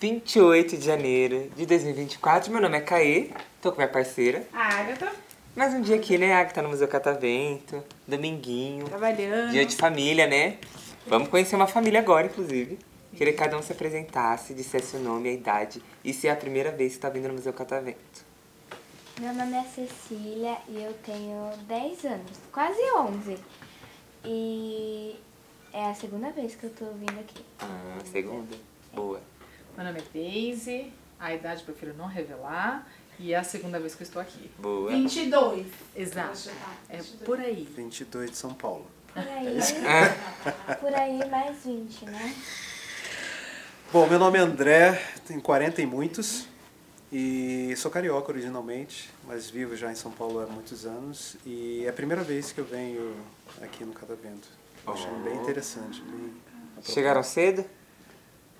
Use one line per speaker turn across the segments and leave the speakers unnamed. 28 de janeiro de 2024, meu nome é Caê, tô com minha parceira.
Agatha,
Mais um dia aqui, né, Agatha, no Museu Catavento, dominguinho,
trabalhando.
dia de família, né? Vamos conhecer uma família agora, inclusive. Queria que cada um se apresentasse, dissesse o nome, a idade e se é a primeira vez que tá vindo no Museu Catavento.
Meu nome é Cecília e eu tenho 10 anos, quase 11. E é a segunda vez que eu tô vindo aqui.
Ah, segunda. Boa.
Meu nome é Daisy, a idade eu prefiro não revelar e é a segunda vez que eu estou aqui.
Boa.
22.
Exato. É por aí.
22 de São Paulo.
Por aí, por aí mais 20, né?
Bom, meu nome é André, tenho 40 e muitos. E sou carioca originalmente, mas vivo já em São Paulo há muitos anos. E é a primeira vez que eu venho aqui no Catavento. Tô Achando bem interessante. Bem...
Chegaram cedo?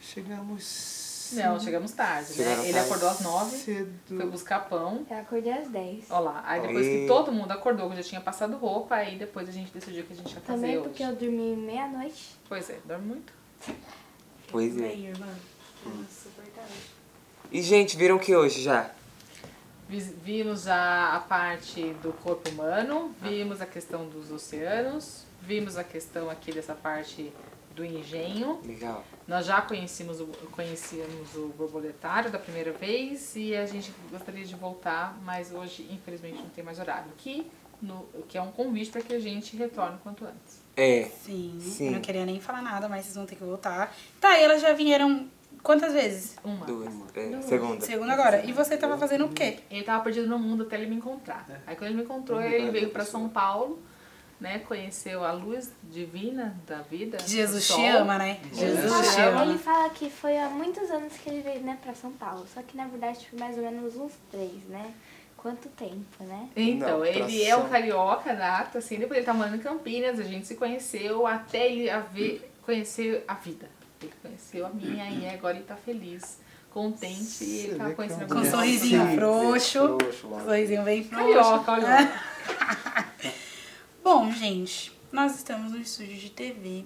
Chegamos.
Não, chegamos tarde,
Chegaram
né? Ele
tarde.
acordou às nove, foi
cedo.
buscar pão.
Eu acordei às 10.
Ó lá, aí depois
Aí.
que todo mundo acordou, que já tinha passado roupa, aí depois a gente decidiu o que a gente ia fazer
Também
hoje.
porque eu dormi meia-noite.
Pois é, dorme muito.
Pois é.
Bem, irmã. Super tarde.
E, gente, viram que hoje já?
Vis- Vimos a, a parte do corpo humano, vimos a questão dos oceanos, vimos a questão aqui dessa parte do engenho.
Legal.
Nós já conhecíamos o, conhecíamos o borboletário da primeira vez e a gente gostaria de voltar, mas hoje, infelizmente, não tem mais horário. Que, no, que é um convite para que a gente retorne o quanto antes.
É.
Sim,
Sim.
Eu não queria nem falar nada, mas vocês vão ter que voltar. Tá, e elas já vieram quantas vezes?
Uma.
Duas. É, segunda.
Segunda agora. E você tava fazendo o quê?
Ele tava perdido no mundo até ele me encontrar. Aí quando ele me encontrou, ele veio para São Paulo, né? Conheceu a luz divina da vida.
Jesus
o sol.
te ama, né?
Ele
Jesus te
fala, ele
ama.
fala que foi há muitos anos que ele veio né, pra São Paulo. Só que na verdade foi mais ou menos uns 3, né? Quanto tempo, né?
Então,
Não,
ele
pra
é o
São-
carioca nato, assim, depois ele tá morando em Campinas, a gente se conheceu até ele a ver, conhecer a vida. Ele conheceu a minha e agora ele tá feliz, contente, e ele tá
é
conhecendo
Com um
a minha.
sorrisinho frouxo.
assim, frouxo logo.
Sorrisinho bem frouxo.
Carioca, olha lá.
Bom, gente, nós estamos no estúdio de TV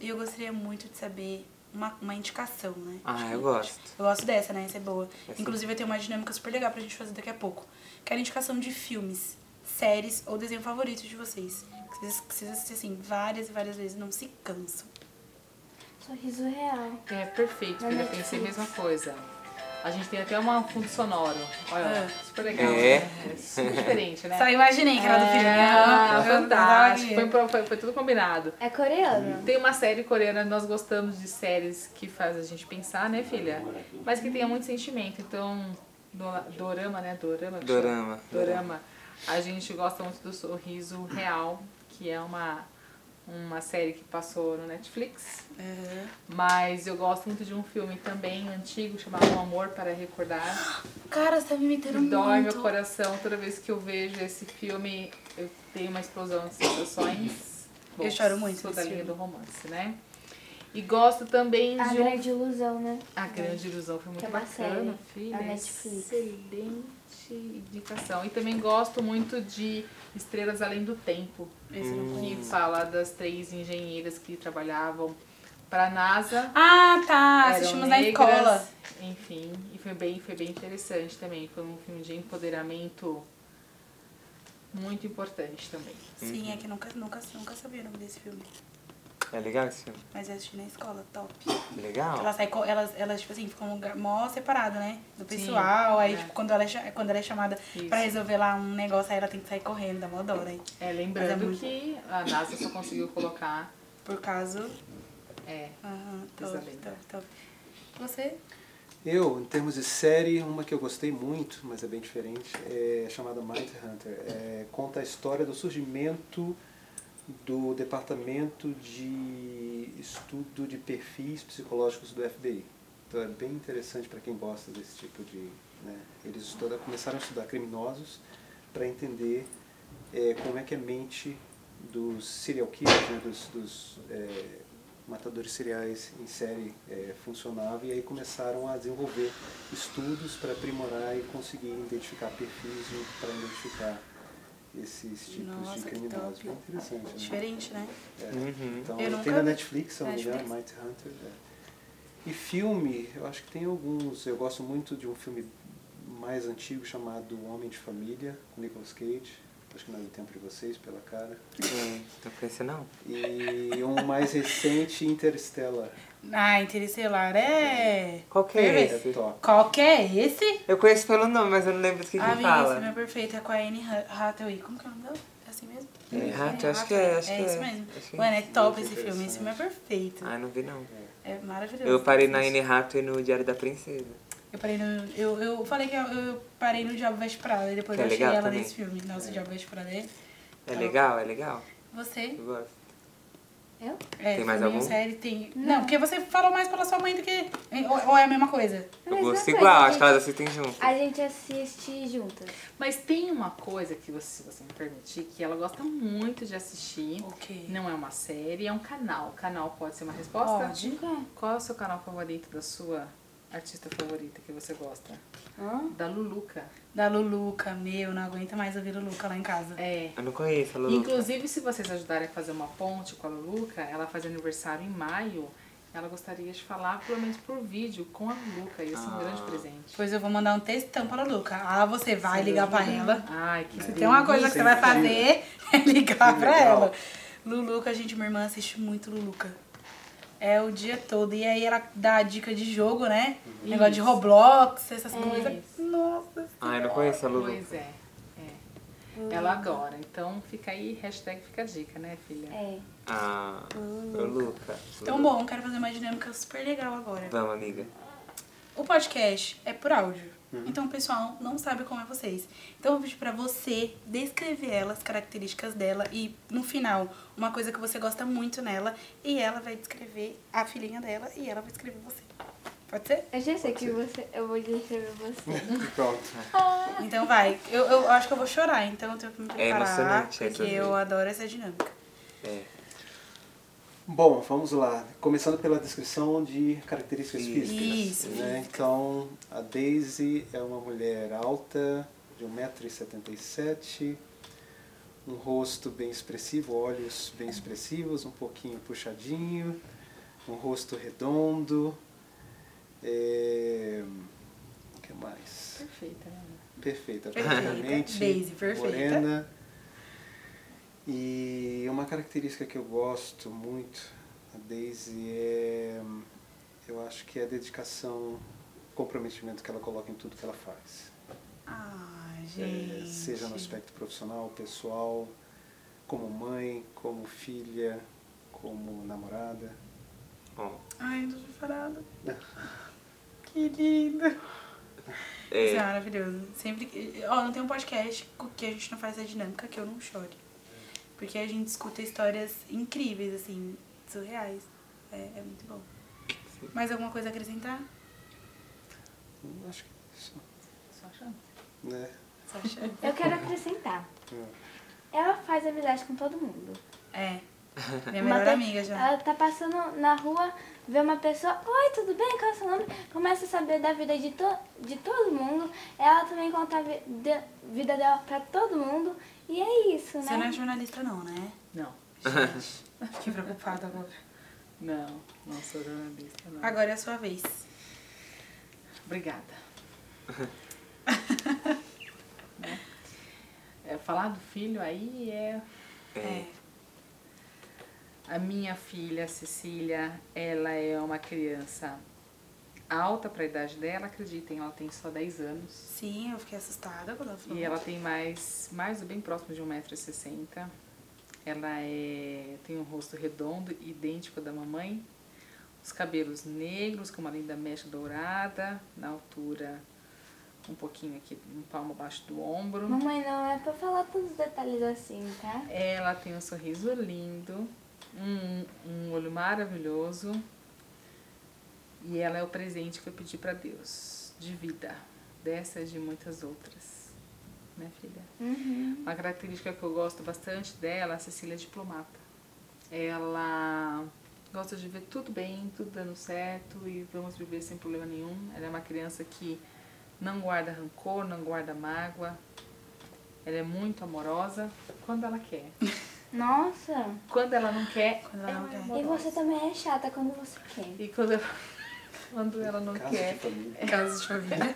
e eu gostaria muito de saber uma, uma indicação, né?
Ah, eu gosto.
Eu gosto dessa, né? Essa é boa.
Essa-
Inclusive, eu tenho uma dinâmica super legal pra gente fazer daqui a pouco. Quero indicação de filmes, séries ou desenho favorito de vocês. Que vocês, que vocês assistem, assim, várias e várias vezes, não se cansam.
Sorriso real.
É perfeito, porque eu já pensei a mesma coisa. A gente tem até uma fundo sonoro. Olha, lá,
Ah.
super legal.
É.
né? É super diferente, né?
Só imaginei que era do filme.
Ah,
Eu- eu
fantástico.
tava
Foi,
aqui.
foi- foi tudo combinado.
É coreano.
Tem uma série coreana, nós gostamos de séries que faz a gente pensar, né, filha? Mas que tenha muito sentimento. Então, do- dorama, né? Dorama. que chama?
Dorama.
Dorama. A gente gosta muito do Sorriso Real, que é uma, uma série que passou no Netflix.
Aham.
Mas eu gosto muito de um filme também antigo chamado Um Amor para Recordar.
Cara, você tá me
Que
imitando
dói meu
muito.
coração toda vez que eu vejo esse filme. Eu tenho uma explosão assim, de sensações.
Eu choro muito
Sou
nesse
da linha
filme.
do romance, né? E gosto também
A
de um
grande ilusão, né?
a Grande Ilusão foi muito
Que é uma
bacana,
série
filha.
da Netflix.
Excelente indicação. E também gosto muito de Estrelas Além do Tempo, é
Esse eu não conheço.
que fala das três engenheiras que trabalhavam para a NASA.
Ah, tá.
Eram
Assistimos na
negras,
escola.
Enfim, e foi bem, foi bem interessante também. Foi um filme de empoderamento muito importante também.
Sim, é que nunca, nunca, nunca sabia o nome desse filme.
É legal esse filme?
Mas eu assisti na escola, top.
Legal?
Elas, sai co- elas, elas, tipo assim, ficam um lugar mó separado, né? Do
Sim,
pessoal. aí,
é.
tipo, quando ela, é, cha- quando ela é chamada
Isso.
pra resolver lá um negócio, aí ela tem que sair correndo, dá mó dó, né?
É,
Mas é
lembrando
muito-
que a NASA só conseguiu colocar.
Por causa.
É,
Aham, top,
Isabela.
top, top. Você?
Eu, em termos de série, uma que eu gostei muito, mas é bem diferente, é chamada Mindhunter. É, conta a história do surgimento do Departamento de Estudo de Perfis Psicológicos do FBI. Então é bem interessante para quem gosta desse tipo de... né, Eles estuda- começaram a estudar criminosos para entender é, como é que a mente dos serial killers, né, dos, dos, é, matadores seriais em série é, funcionava e aí começaram a desenvolver estudos para aprimorar e conseguir identificar perfis para identificar esses tipos
Nossa,
de
que
criminosos.
top.
Muito interessante, né?
Diferente, né?
É.
Uhum.
Então,
Eu
tem
nunca
na
vi.
Netflix, se eu não me engano, Might Hunter. é. E filme, eu acho que tem alguns. Eu gosto muito de um filme mais antigo chamado Homem de Família, com Nicolas Cage. Acho que não é do tempo de vocês, pela cara.
Hum, não conheço não.
E um mais recente, Interstellar.
Ah, Interestelar é...
Qual que é
É
esse?
top.
Qual que é esse?
Eu conheço pelo nome, mas eu não lembro do que, que
Ah, Vingança Não
fala.
é Perfeita, é com a Anne Hat- Hathaway. Como que é o nome dela? É assim mesmo?
Anne
Anne
Hathaway, acho que é,
Hathaway.
acho que
isso
é.
mesmo.
Acho que é.
Mano, é top
Muito
esse filme. Esse filme é perfeito.
Ah, não vi não.
É maravilhoso.
Eu parei na Anne Hathaway no Diário da Princesa.
Eu parei no. Eu, eu falei que eu, eu parei no Diabo Veste Prada e depois
Que é
eu achei
legal
ela
também.
nesse filme. Nossa, o Diabo Veste Prada é.
É
Tá.
legal, é legal.
Você.
Eu gosto.
Eu?
É,
Tem mais
filminho,
algum?
Série, tem... Não.
Não.
porque você falou mais pela sua mãe do que. Ou, ou é a mesma coisa?
Eu
Mesma
gosto
é
coisa,
igual,
a
acho que elas assistem junto.
A gente assiste juntas.
Mas tem uma coisa que você, se você me permitir, que ela gosta muito de assistir.
Ok.
Não é uma série, é um canal. Canal pode ser uma resposta?
Pode.
Qual é o seu canal favorito da sua artista favorita que você gosta?
Hã?
Da Luluca.
Da Luluca, meu, não aguenta mais ouvir Luluca lá em casa.
É.
Eu não conheço, Lulu.
Inclusive, se vocês ajudarem a fazer uma ponte com a Luluca, ela faz aniversário em maio. Ela gostaria de falar, pelo menos por vídeo, com a Luluca. Ia ser um grande
Ah.
presente.
Depois eu vou mandar um textão pra Luluca. Ah, você vai ligar pra ela.
Ai, que
Se tem uma coisa que você vai fazer, é ligar
Que
pra
legal.
ela. Luluca, gente, minha irmã assiste muito Luluca. É o dia todo. E aí ela dá a dica de jogo, né? Negócio de
Uhum. Isso.
Roblox, essas
É.
coisas. Nossa.
Ah, eu não conheço a Lulu.
Pois é. é. Ela adora. Então fica aí, hashtag fica a dica, né, filha?
É.
Ah, Luca.
Então bom, quero fazer uma dinâmica super legal agora.
Vamos, amiga.
O podcast é por áudio. Então o pessoal não sabe como é vocês. Então eu vou pedir pra você descrever ela, as características dela e no final, uma coisa que você gosta muito nela. E ela vai descrever a filhinha dela e ela vai descrever você. Pode ser?
Eu já sei que você. Eu vou descrever você.
Pronto.
Então vai. Eu, eu acho que eu vou chorar, então eu tenho que me
É
preparar.
emocionante, é
porque
também.
eu adoro essa dinâmica.
É.
Bom, vamos lá. Começando pela descrição de características
Isso.
físicas.
Isso,
né? Então, a Daisy é uma mulher alta, de 1,77m, um rosto bem expressivo, olhos bem expressivos, um pouquinho puxadinho, um rosto redondo. é, O que mais?
Perfeita, né? amor?
Perfeita,
Perfeita.
praticamente.
Daisy, perfeita.
Morena. E uma característica que eu gosto muito da Daisy é. Eu acho que é a dedicação, comprometimento que ela coloca em tudo que ela faz.
Ai,
É,
gente.
seja no aspecto profissional, pessoal, como mãe, como filha, como namorada.
Bom,
Ai, tô separada. Que lindo. Isso é
é.
maravilhoso. Sempre que. Ó, não tem um podcast co- que a gente não faz a dinâmica que eu não chore. Porque a gente escuta histórias incríveis, assim, surreais. É, é muito bom. Mais alguma coisa a acrescentar?
Eu Acho que é isso.
Só achando.
Né?
Sasha?
Eu quero acrescentar. Ela faz amizade com todo mundo.
É. Minha
Uma
melhor
pe-
amiga já.
Ela tá passando na rua, vê uma pessoa, oi, tudo bem? Qual é o seu nome? Começa a saber da vida de, to de todo mundo. Ela também conta a vi- de- vida dela pra todo mundo. E é isso,
Você não é
né?
jornalista, não, né?
Não,
Gente, fiquei preocupada agora.
não, não sou jornalista, não.
Agora é a sua vez.
Obrigada. Né? É, falar do filho aí é.
É.
A minha filha, Cecília, ela é uma criança alta para a idade dela, acreditem, ela tem só 10 anos.
Sim, eu fiquei assustada quando ela falou.
E ela tem mais, mais ou bem próximo de 1,60m. Ela é, tem um rosto redondo, idêntico ao da mamãe. Os cabelos negros, com uma linda mecha dourada, na altura um pouquinho aqui, um palmo abaixo do ombro.
Mamãe, não é pra falar todos os detalhes assim, tá?
Ela tem um sorriso lindo, um, um olho maravilhoso. E ela é o presente que eu pedi para Deus, de vida, dessa e de muitas outras. Né, filha?
Uhum.
Uma característica que eu gosto bastante dela, a Cecília é diplomata. Ela gosta de ver tudo bem, tudo dando certo e vamos viver sem problema nenhum. Ela é uma criança que não guarda rancor, não guarda mágoa. Ela é muito amorosa quando ela quer.
Nossa.
Quando ela não quer,
Quando ela não
é
quer. E
E
amorosa.
você também é chata quando você quer.
E quando ela, quando ela não
Casa
quer,
de família.
Casos de família.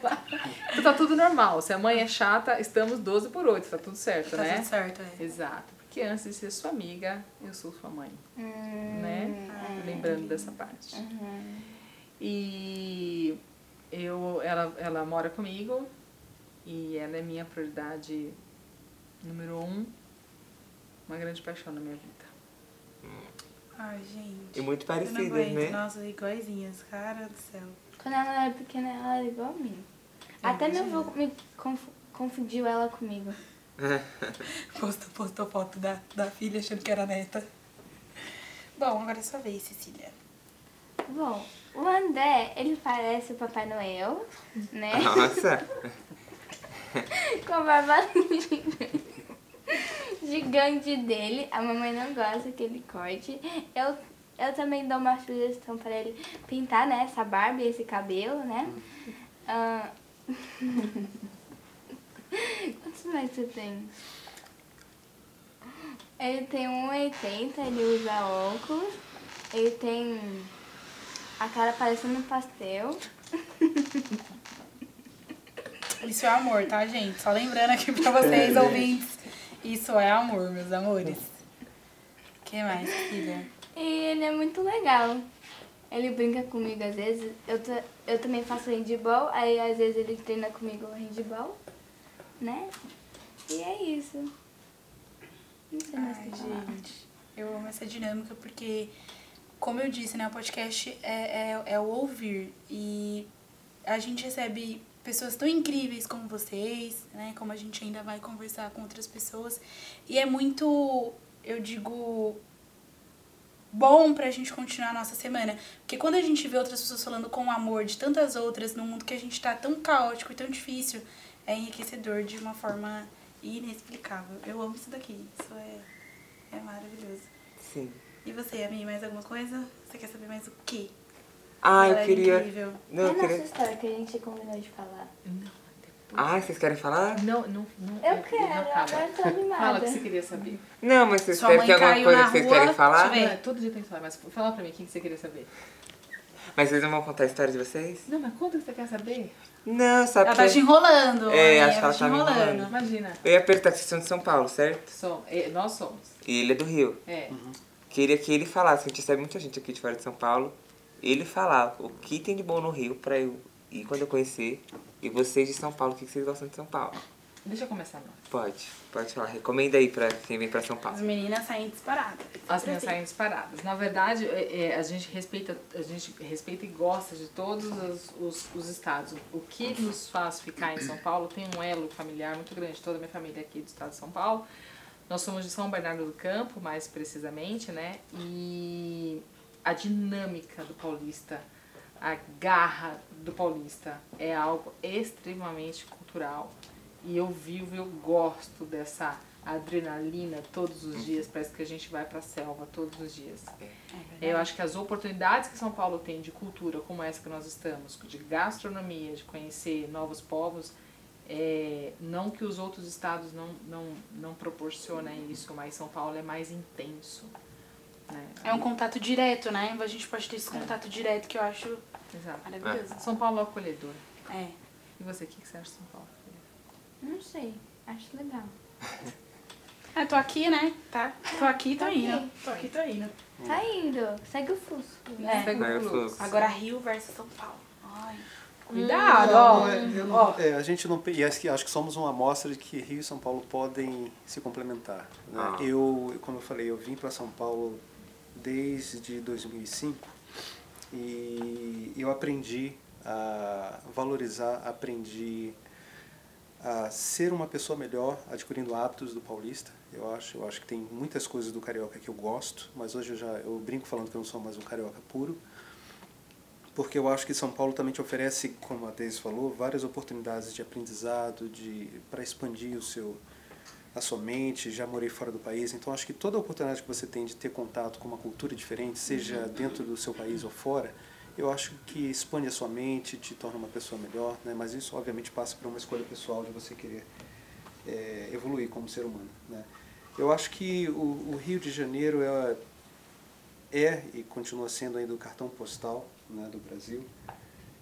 Então tá tudo normal. Se a mãe é chata, estamos 12 por 8, tá tudo certo,
Tá
né?
tudo certo, é.
Exato. Porque antes de ser sua amiga, eu sou sua mãe,
Hum, Uhum.
né? Lembrando dessa parte. E eu, ela, ela mora comigo e ela é minha prioridade número um, uma grande paixão na minha vida.
Ai, gente.
E muito
Eu não
parecidas,
aguento.
né?
Nossa, iguaizinhas, cara do céu.
Quando ela era pequena, ela era igual a mim. Até meu avô me confu- confundiu ela comigo.
Postou, postou foto da, da filha achando que era neta. Bom, agora é sua vez, Cecília.
Bom, o André, ele parece o Papai Noel, né?
Nossa!
Com a barba gigante dele. A mamãe não gosta que ele corte. Eu, eu também dou uma sugestão pra ele pintar, né? Essa barba e esse cabelo, né? Ah, Quantos mais você tem? Ele tem 1,80, ele usa óculos. Ele tem a cara parecendo um pastel.
Isso é amor, tá, gente? Só lembrando aqui pra vocês,
É.
ouvintes. Isso é amor, meus amores. O que mais, Cecília?
E ele é muito legal. Ele brinca comigo às vezes. Eu, ta- eu também faço handball, aí às vezes ele treina comigo o handball, né? E é isso. Não sei mais o
Ai,
que falar.
gente. Eu amo essa dinâmica porque, como eu disse, né, o podcast é, é, é o ouvir. E a gente recebe pessoas tão incríveis como vocês, né? Como a gente ainda vai conversar com outras pessoas. E é muito, eu digo, bom pra gente continuar a nossa semana. Porque quando a gente vê outras pessoas falando com amor de tantas outras, num mundo que a gente tá tão caótico e tão difícil, é enriquecedor de uma forma inexplicável. Eu amo isso daqui. Isso é, é maravilhoso.
Sim.
E você, Ami, mais alguma coisa? Você quer saber mais o quê?
Ah, eu
Galera
queria.
é Incrível.
Não,
é
eu
a nossa
queria.
história que a gente combinou de falar.
Ah, vocês querem falar?
Não, não, não.
Eu quero, agora eu tô
Fala o
animada.
que você queria saber.
Não, mas vocês
Sua
querem
mãe
ter alguma
caiu
coisa
na
que vocês
rua,
querem falar?
deixa eu ver.
Não, todo dia tem que falar, mas fala pra mim quem que você queria saber.
Mas vocês não vão contar a história de vocês?
Não, mas quanto que você quer saber?
Não, só
Ela tá te
porque.
enrolando.
É,
Ami,
acho que ela
te
tá me enrolando.
Imagina.
Eu ia perguntar que vocês são de São Paulo, certo?
Som, é, nós somos.
E ele é do Rio.
É.
Queria que ele falasse, a gente recebe muita gente aqui de fora de São Paulo. Ele falar o que tem de bom no Rio pra eu ir quando eu conhecer. E vocês de São Paulo, o que que vocês gostam de São Paulo?
Deixa eu começar não.
Pode, pode falar. Recomenda aí pra quem vem pra São
As
Paulo.
meninas saem disparadas.
As mensagens paradas. Na verdade, é, é, a gente respeita, a gente respeita e gosta de todos os, os, os estados. O que nos faz ficar em São Paulo tem um elo familiar muito grande. Toda a minha família é aqui do estado de São Paulo. Nós somos de São Bernardo do Campo, mais precisamente, né? E a dinâmica do paulista, a garra do paulista é algo extremamente cultural. E eu vivo, eu gosto dessa adrenalina todos os dias. Parece que a gente vai pra selva todos os dias. Eu acho que as oportunidades que São Paulo tem de cultura, como essa que nós estamos, de gastronomia, de conhecer novos povos, é, não que os outros estados não, não, não proporcionem isso, mas São Paulo é mais intenso. né?
É um contato direto, né? A gente pode ter esse contato direto que eu acho
Exato.
maravilhoso.
São Paulo é acolhedor.
É.
E você, o que que você acha de São Paulo?
Não sei, acho legal.
Ah, tô aqui, né? Tá. Tô aqui, tô
Tá aqui.
indo. Tô aqui, tô indo.
Tá indo, segue o fusco.
É.
Segue
Vai,
o fluxo.
fluxo.
Agora Rio versus São Paulo. Ai. Hum,
Cuidado,
Não,
ó.
é, eu não-
ó.
é, a gente não. E acho que, acho que somos uma amostra de que Rio e São Paulo podem se complementar. né?
Ah.
Eu, como eu falei, eu vim para São Paulo desde 2005 e eu aprendi a valorizar, aprendi a ser uma pessoa melhor adquirindo hábitos do paulista. Eu acho, eu acho que tem muitas coisas do carioca que eu gosto, mas hoje eu já eu brinco falando que eu não sou mais um carioca puro porque eu acho que São Paulo também te oferece, como a Deise falou, várias oportunidades de aprendizado, de para expandir o seu a sua mente, já morei fora do país, então acho que toda a oportunidade que você tem de ter contato com uma cultura diferente, seja dentro do seu país ou fora, eu acho que expande a sua mente, te torna uma pessoa melhor, né? mas isso obviamente passa por uma escolha pessoal de você querer é, evoluir como ser humano. Né? Eu acho que o, o Rio de Janeiro é, é e continua sendo ainda o cartão postal né, do Brasil.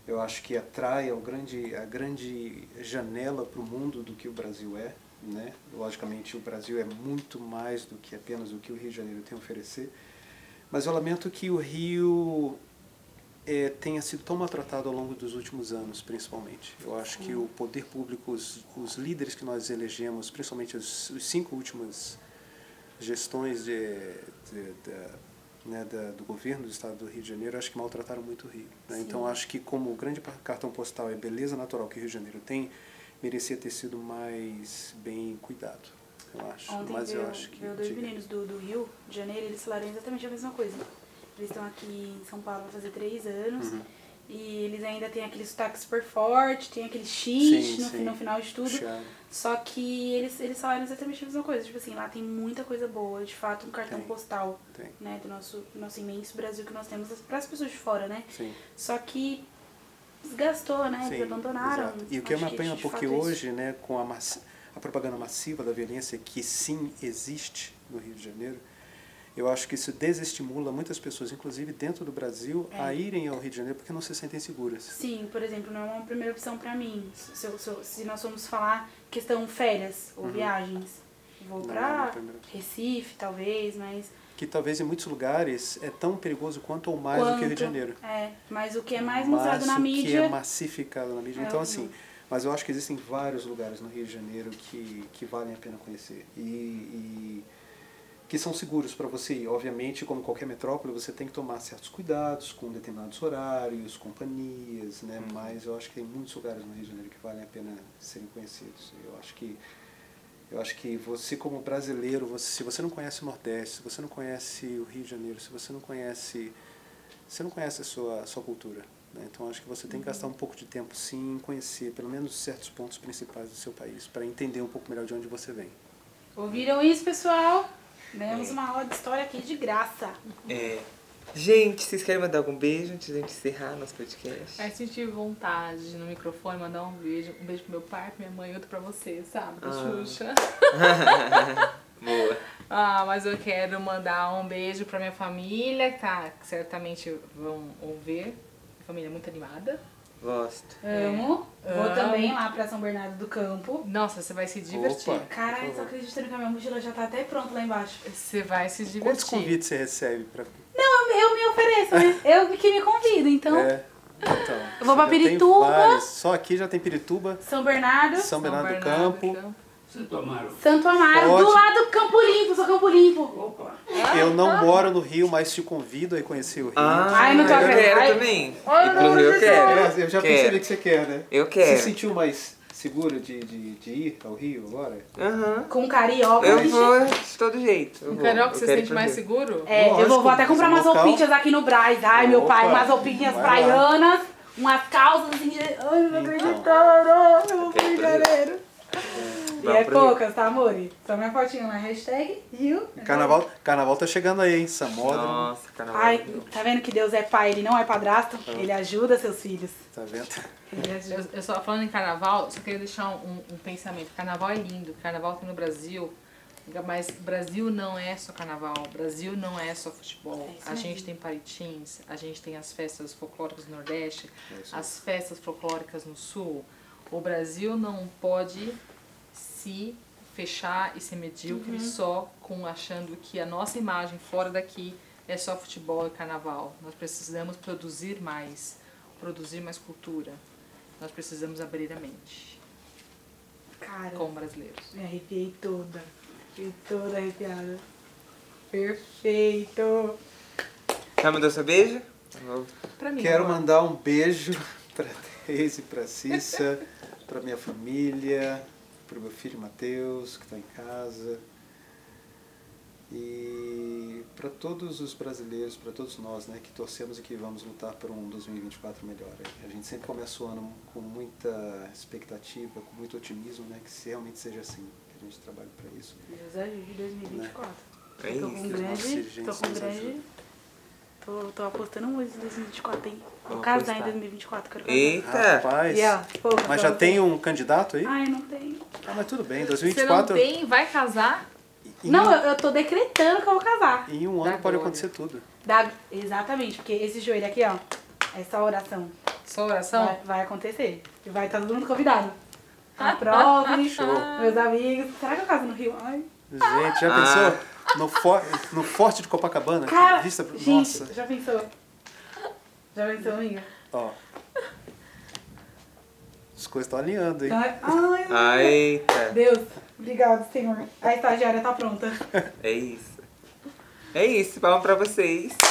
Eu acho que atrai é o grande, a grande janela para o mundo do que o Brasil é. Né? Logicamente, o Brasil é muito mais do que apenas o que o Rio de Janeiro tem a oferecer. Mas eu lamento que o Rio eh, tenha sido tão maltratado ao longo dos últimos anos, principalmente. Eu acho que o poder público, os, os líderes que nós elegemos, principalmente os, os cinco últimas gestões de, de- da- né, da- do governo do estado do Rio de Janeiro, acho que maltrataram muito o Rio. né? Então, acho que como o grande par- cartão postal é a beleza natural que o Rio de Janeiro tem, merecia ter sido mais bem cuidado, eu acho.
Ontem
Mas
veio,
eu acho que...
veio dois
diga.
meninos do, do Rio de Janeiro, eles falaram exatamente a mesma coisa. Eles estão aqui em São Paulo há fazer três anos.
Uhum.
E eles ainda têm aquele sotaque super forte, tem aquele X
Sim,
no,
sim.
no final de tudo.
Puxado.
Só que eles, eles falaram exatamente a mesma coisa. Tipo assim, lá tem muita coisa boa, de fato, um cartão
Tem.
postal,
Tem.
né? Do nosso, do nosso imenso Brasil que nós temos para as pessoas de fora, né?
Sim.
Só que desgastou, né? Eles
Sim,
abandonaram.
exato. E o que é
Acho
uma pena,
de
porque
fato, isso-
hoje, né, com a, mass- a propaganda massiva da violência, que sim existe no Rio de Janeiro, eu acho que isso desestimula muitas pessoas, inclusive dentro do Brasil,
É.
a irem ao Rio de Janeiro porque não se sentem seguras.
Sim, por exemplo, não é uma primeira opção pra mim. Se, eu- se eu- se nós formos falar questão férias ou viagens, vou
Uhum. Não, não é
pra
a primeira opção.
Recife, talvez, mas.
Que talvez em muitos lugares é tão perigoso quanto ou mais do que o Rio de
quanto-
Janeiro.
É, mas o que é mais
Mas
mostrado
o
na
que é
mídia.
massificado na mídia.
É
então,
o
assim, mas eu acho que existem vários lugares no Rio de Janeiro que, que valem a pena conhecer. E, e que são seguros para você ir. Obviamente, como qualquer metrópole, você tem que tomar certos cuidados com determinados horários, companhias, né?
Uhum.
Mas eu acho que tem muitos lugares no Rio de Janeiro que valem a pena serem conhecidos. Eu acho que eu acho que você como brasileiro, você, se você não conhece o Nordeste, se você não conhece o Rio de Janeiro, se você não conhece você não conhece a sua, a sua cultura. né? Então acho que você tem que gastar um pouco de tempo sim em conhecer pelo menos certos pontos principais do seu país para entender um pouco melhor de onde você vem.
Ouviram isso, pessoal? Demos uma aula de história aqui de graça.
É. Gente, vocês querem mandar algum beijo antes de a gente encerrar nosso podcast?
Aí senti É vontade no microfone, mandar um beijo. Um beijo pro meu pai, pra minha mãe, outro pra você, sabe? Pra
Ah.
Xuxa.
Boa.
Ah, mas eu quero mandar um beijo pra minha família, que tá, que certamente vão ouvir. Minha família é muito animada.
Gosto.
Amo. Vou
Amo.
também lá pra São Bernardo do Campo.
Nossa, você vai se divertir.
Opa.
Caralho, só acreditando que a minha mochila já tá até pronta lá embaixo.
Você vai se divertir.
Quantos convites você recebe para
Não, eu, eu me ofereço, mas eu que me convido, então.
é, então,
Eu vou pra
já tem
Pirituba. Ah,
vários. Só aqui já tem Pirituba,
São Bernardo.
São
São
Bernardo do
Bernardo
Campo.
Santo Amaro.
Santo Amaro, do
Ótimo.
lado do Campo Limpo, sou Campo Limpo.
Opa!
Eu não moro no Rio, mas te convido a conhecer o Rio.
Ai, não tô
eu
acreditando.
quero
Ai.
também.
Ai,
E pro
não,
Rio eu
Jesus.
Ah, quero.
É, eu já
Quero.
percebi que você quer, né?
Eu quero.
Se sentiu mais segura de, de, de ir ao Rio agora?
Aham.
Com carioca.
Eu
gente.
vou de todo jeito. Eu
O
vou.
Carioca,
Eu
Um você se
quero ir
sente
pro
mais
Rio.
seguro?
É, eu vou,
Lógico,
vou até comprar umas
local.
roupinhas aqui no Braz. Ai, meu
Opa,
pai, umas roupinhas
vai lá.
praianas, umas calças assim. de- Ai, não tô
Então.
acreditando, eu vou pro Rio de Janeiro. E
Vamos
é
pro Rio.
poucas, tá, amore? Só minha fotinha lá, hashtag Rio.
Carnaval, carnaval tá chegando aí, hein? Samódromo,
Nossa, carnaval.
Ai,
meu.
tá vendo que Deus é pai, ele não é padrasto,
Ah.
ele ajuda seus filhos.
tá vendo?
Ele
Eu,
ajuda.
eu só falando em carnaval, só queria deixar um, um pensamento. Carnaval é lindo, carnaval tem no Brasil, mas Brasil não é só carnaval, Brasil não é só futebol.
isso
a
mesmo.
gente tem paritins, a gente tem as festas folclóricas do Nordeste, as festas folclóricas no Sul. O Brasil não pode se fechar e ser medíocre
Uhum.
só com achando que a nossa imagem fora daqui é só futebol e carnaval. Nós precisamos produzir mais, produzir mais cultura. Nós precisamos abrir a mente
Cara,
como brasileiros.
me arrepiei toda. Fiquei toda arrepiada. Perfeito.
Já mandou seu beijo? É Vou-
Pra mim, né?
Quero
amor.
mandar um beijo pra Thaís e pra Cissa, pra minha família, pro meu filho Matheus, que tá em casa. E pra todos os brasileiros, pra todos nós, né, que torcemos e que vamos lutar por um 2024 melhor. A gente sempre começa o ano com muita expectativa, com muito otimismo, né, que se realmente seja assim. Que a gente trabalha para isso.
Deus ajude 2024.
É
tô
isso.
com
Que os nossos
grande. Tô
dirigentes
com
nos
grande.
ajudem.
Tô, tô apostando muito em 2024, hein? Vou
Vou
casar em
apostar.
2024, quero casar.
Eita!
Rapaz,
E, ó, pô,
mas
casar
já
no-
tem um candidato aí?
Ai, não tenho.
Ah, mas tudo bem,
Você não
2024
tem, vai casar?
em,
Não, eu, eu tô decretando que eu vou casar.
em um ano
Dá
pode
glória.
né?
acontecer tudo.
Da- Exatamente, porque esse joelho aqui, ó, essa oração
Sua oração?
vai, vai acontecer. E vai estar todo mundo convidado. A prova, meus amigos. Será que eu caso no Rio? Ai.
Gente, já
Ah.
pensou? No, for- no Forte de Copacabana? que
Cara,
vista... pro-
gente,
Nossa,
já pensou? Já pensou, amiga?
ó. As coisas estão alinhando, hein?
Ai, ai,
Ah, Eita!
Deus, obrigado, Senhor. A estagiária tá pronta.
É isso. É isso, palmas pra vocês.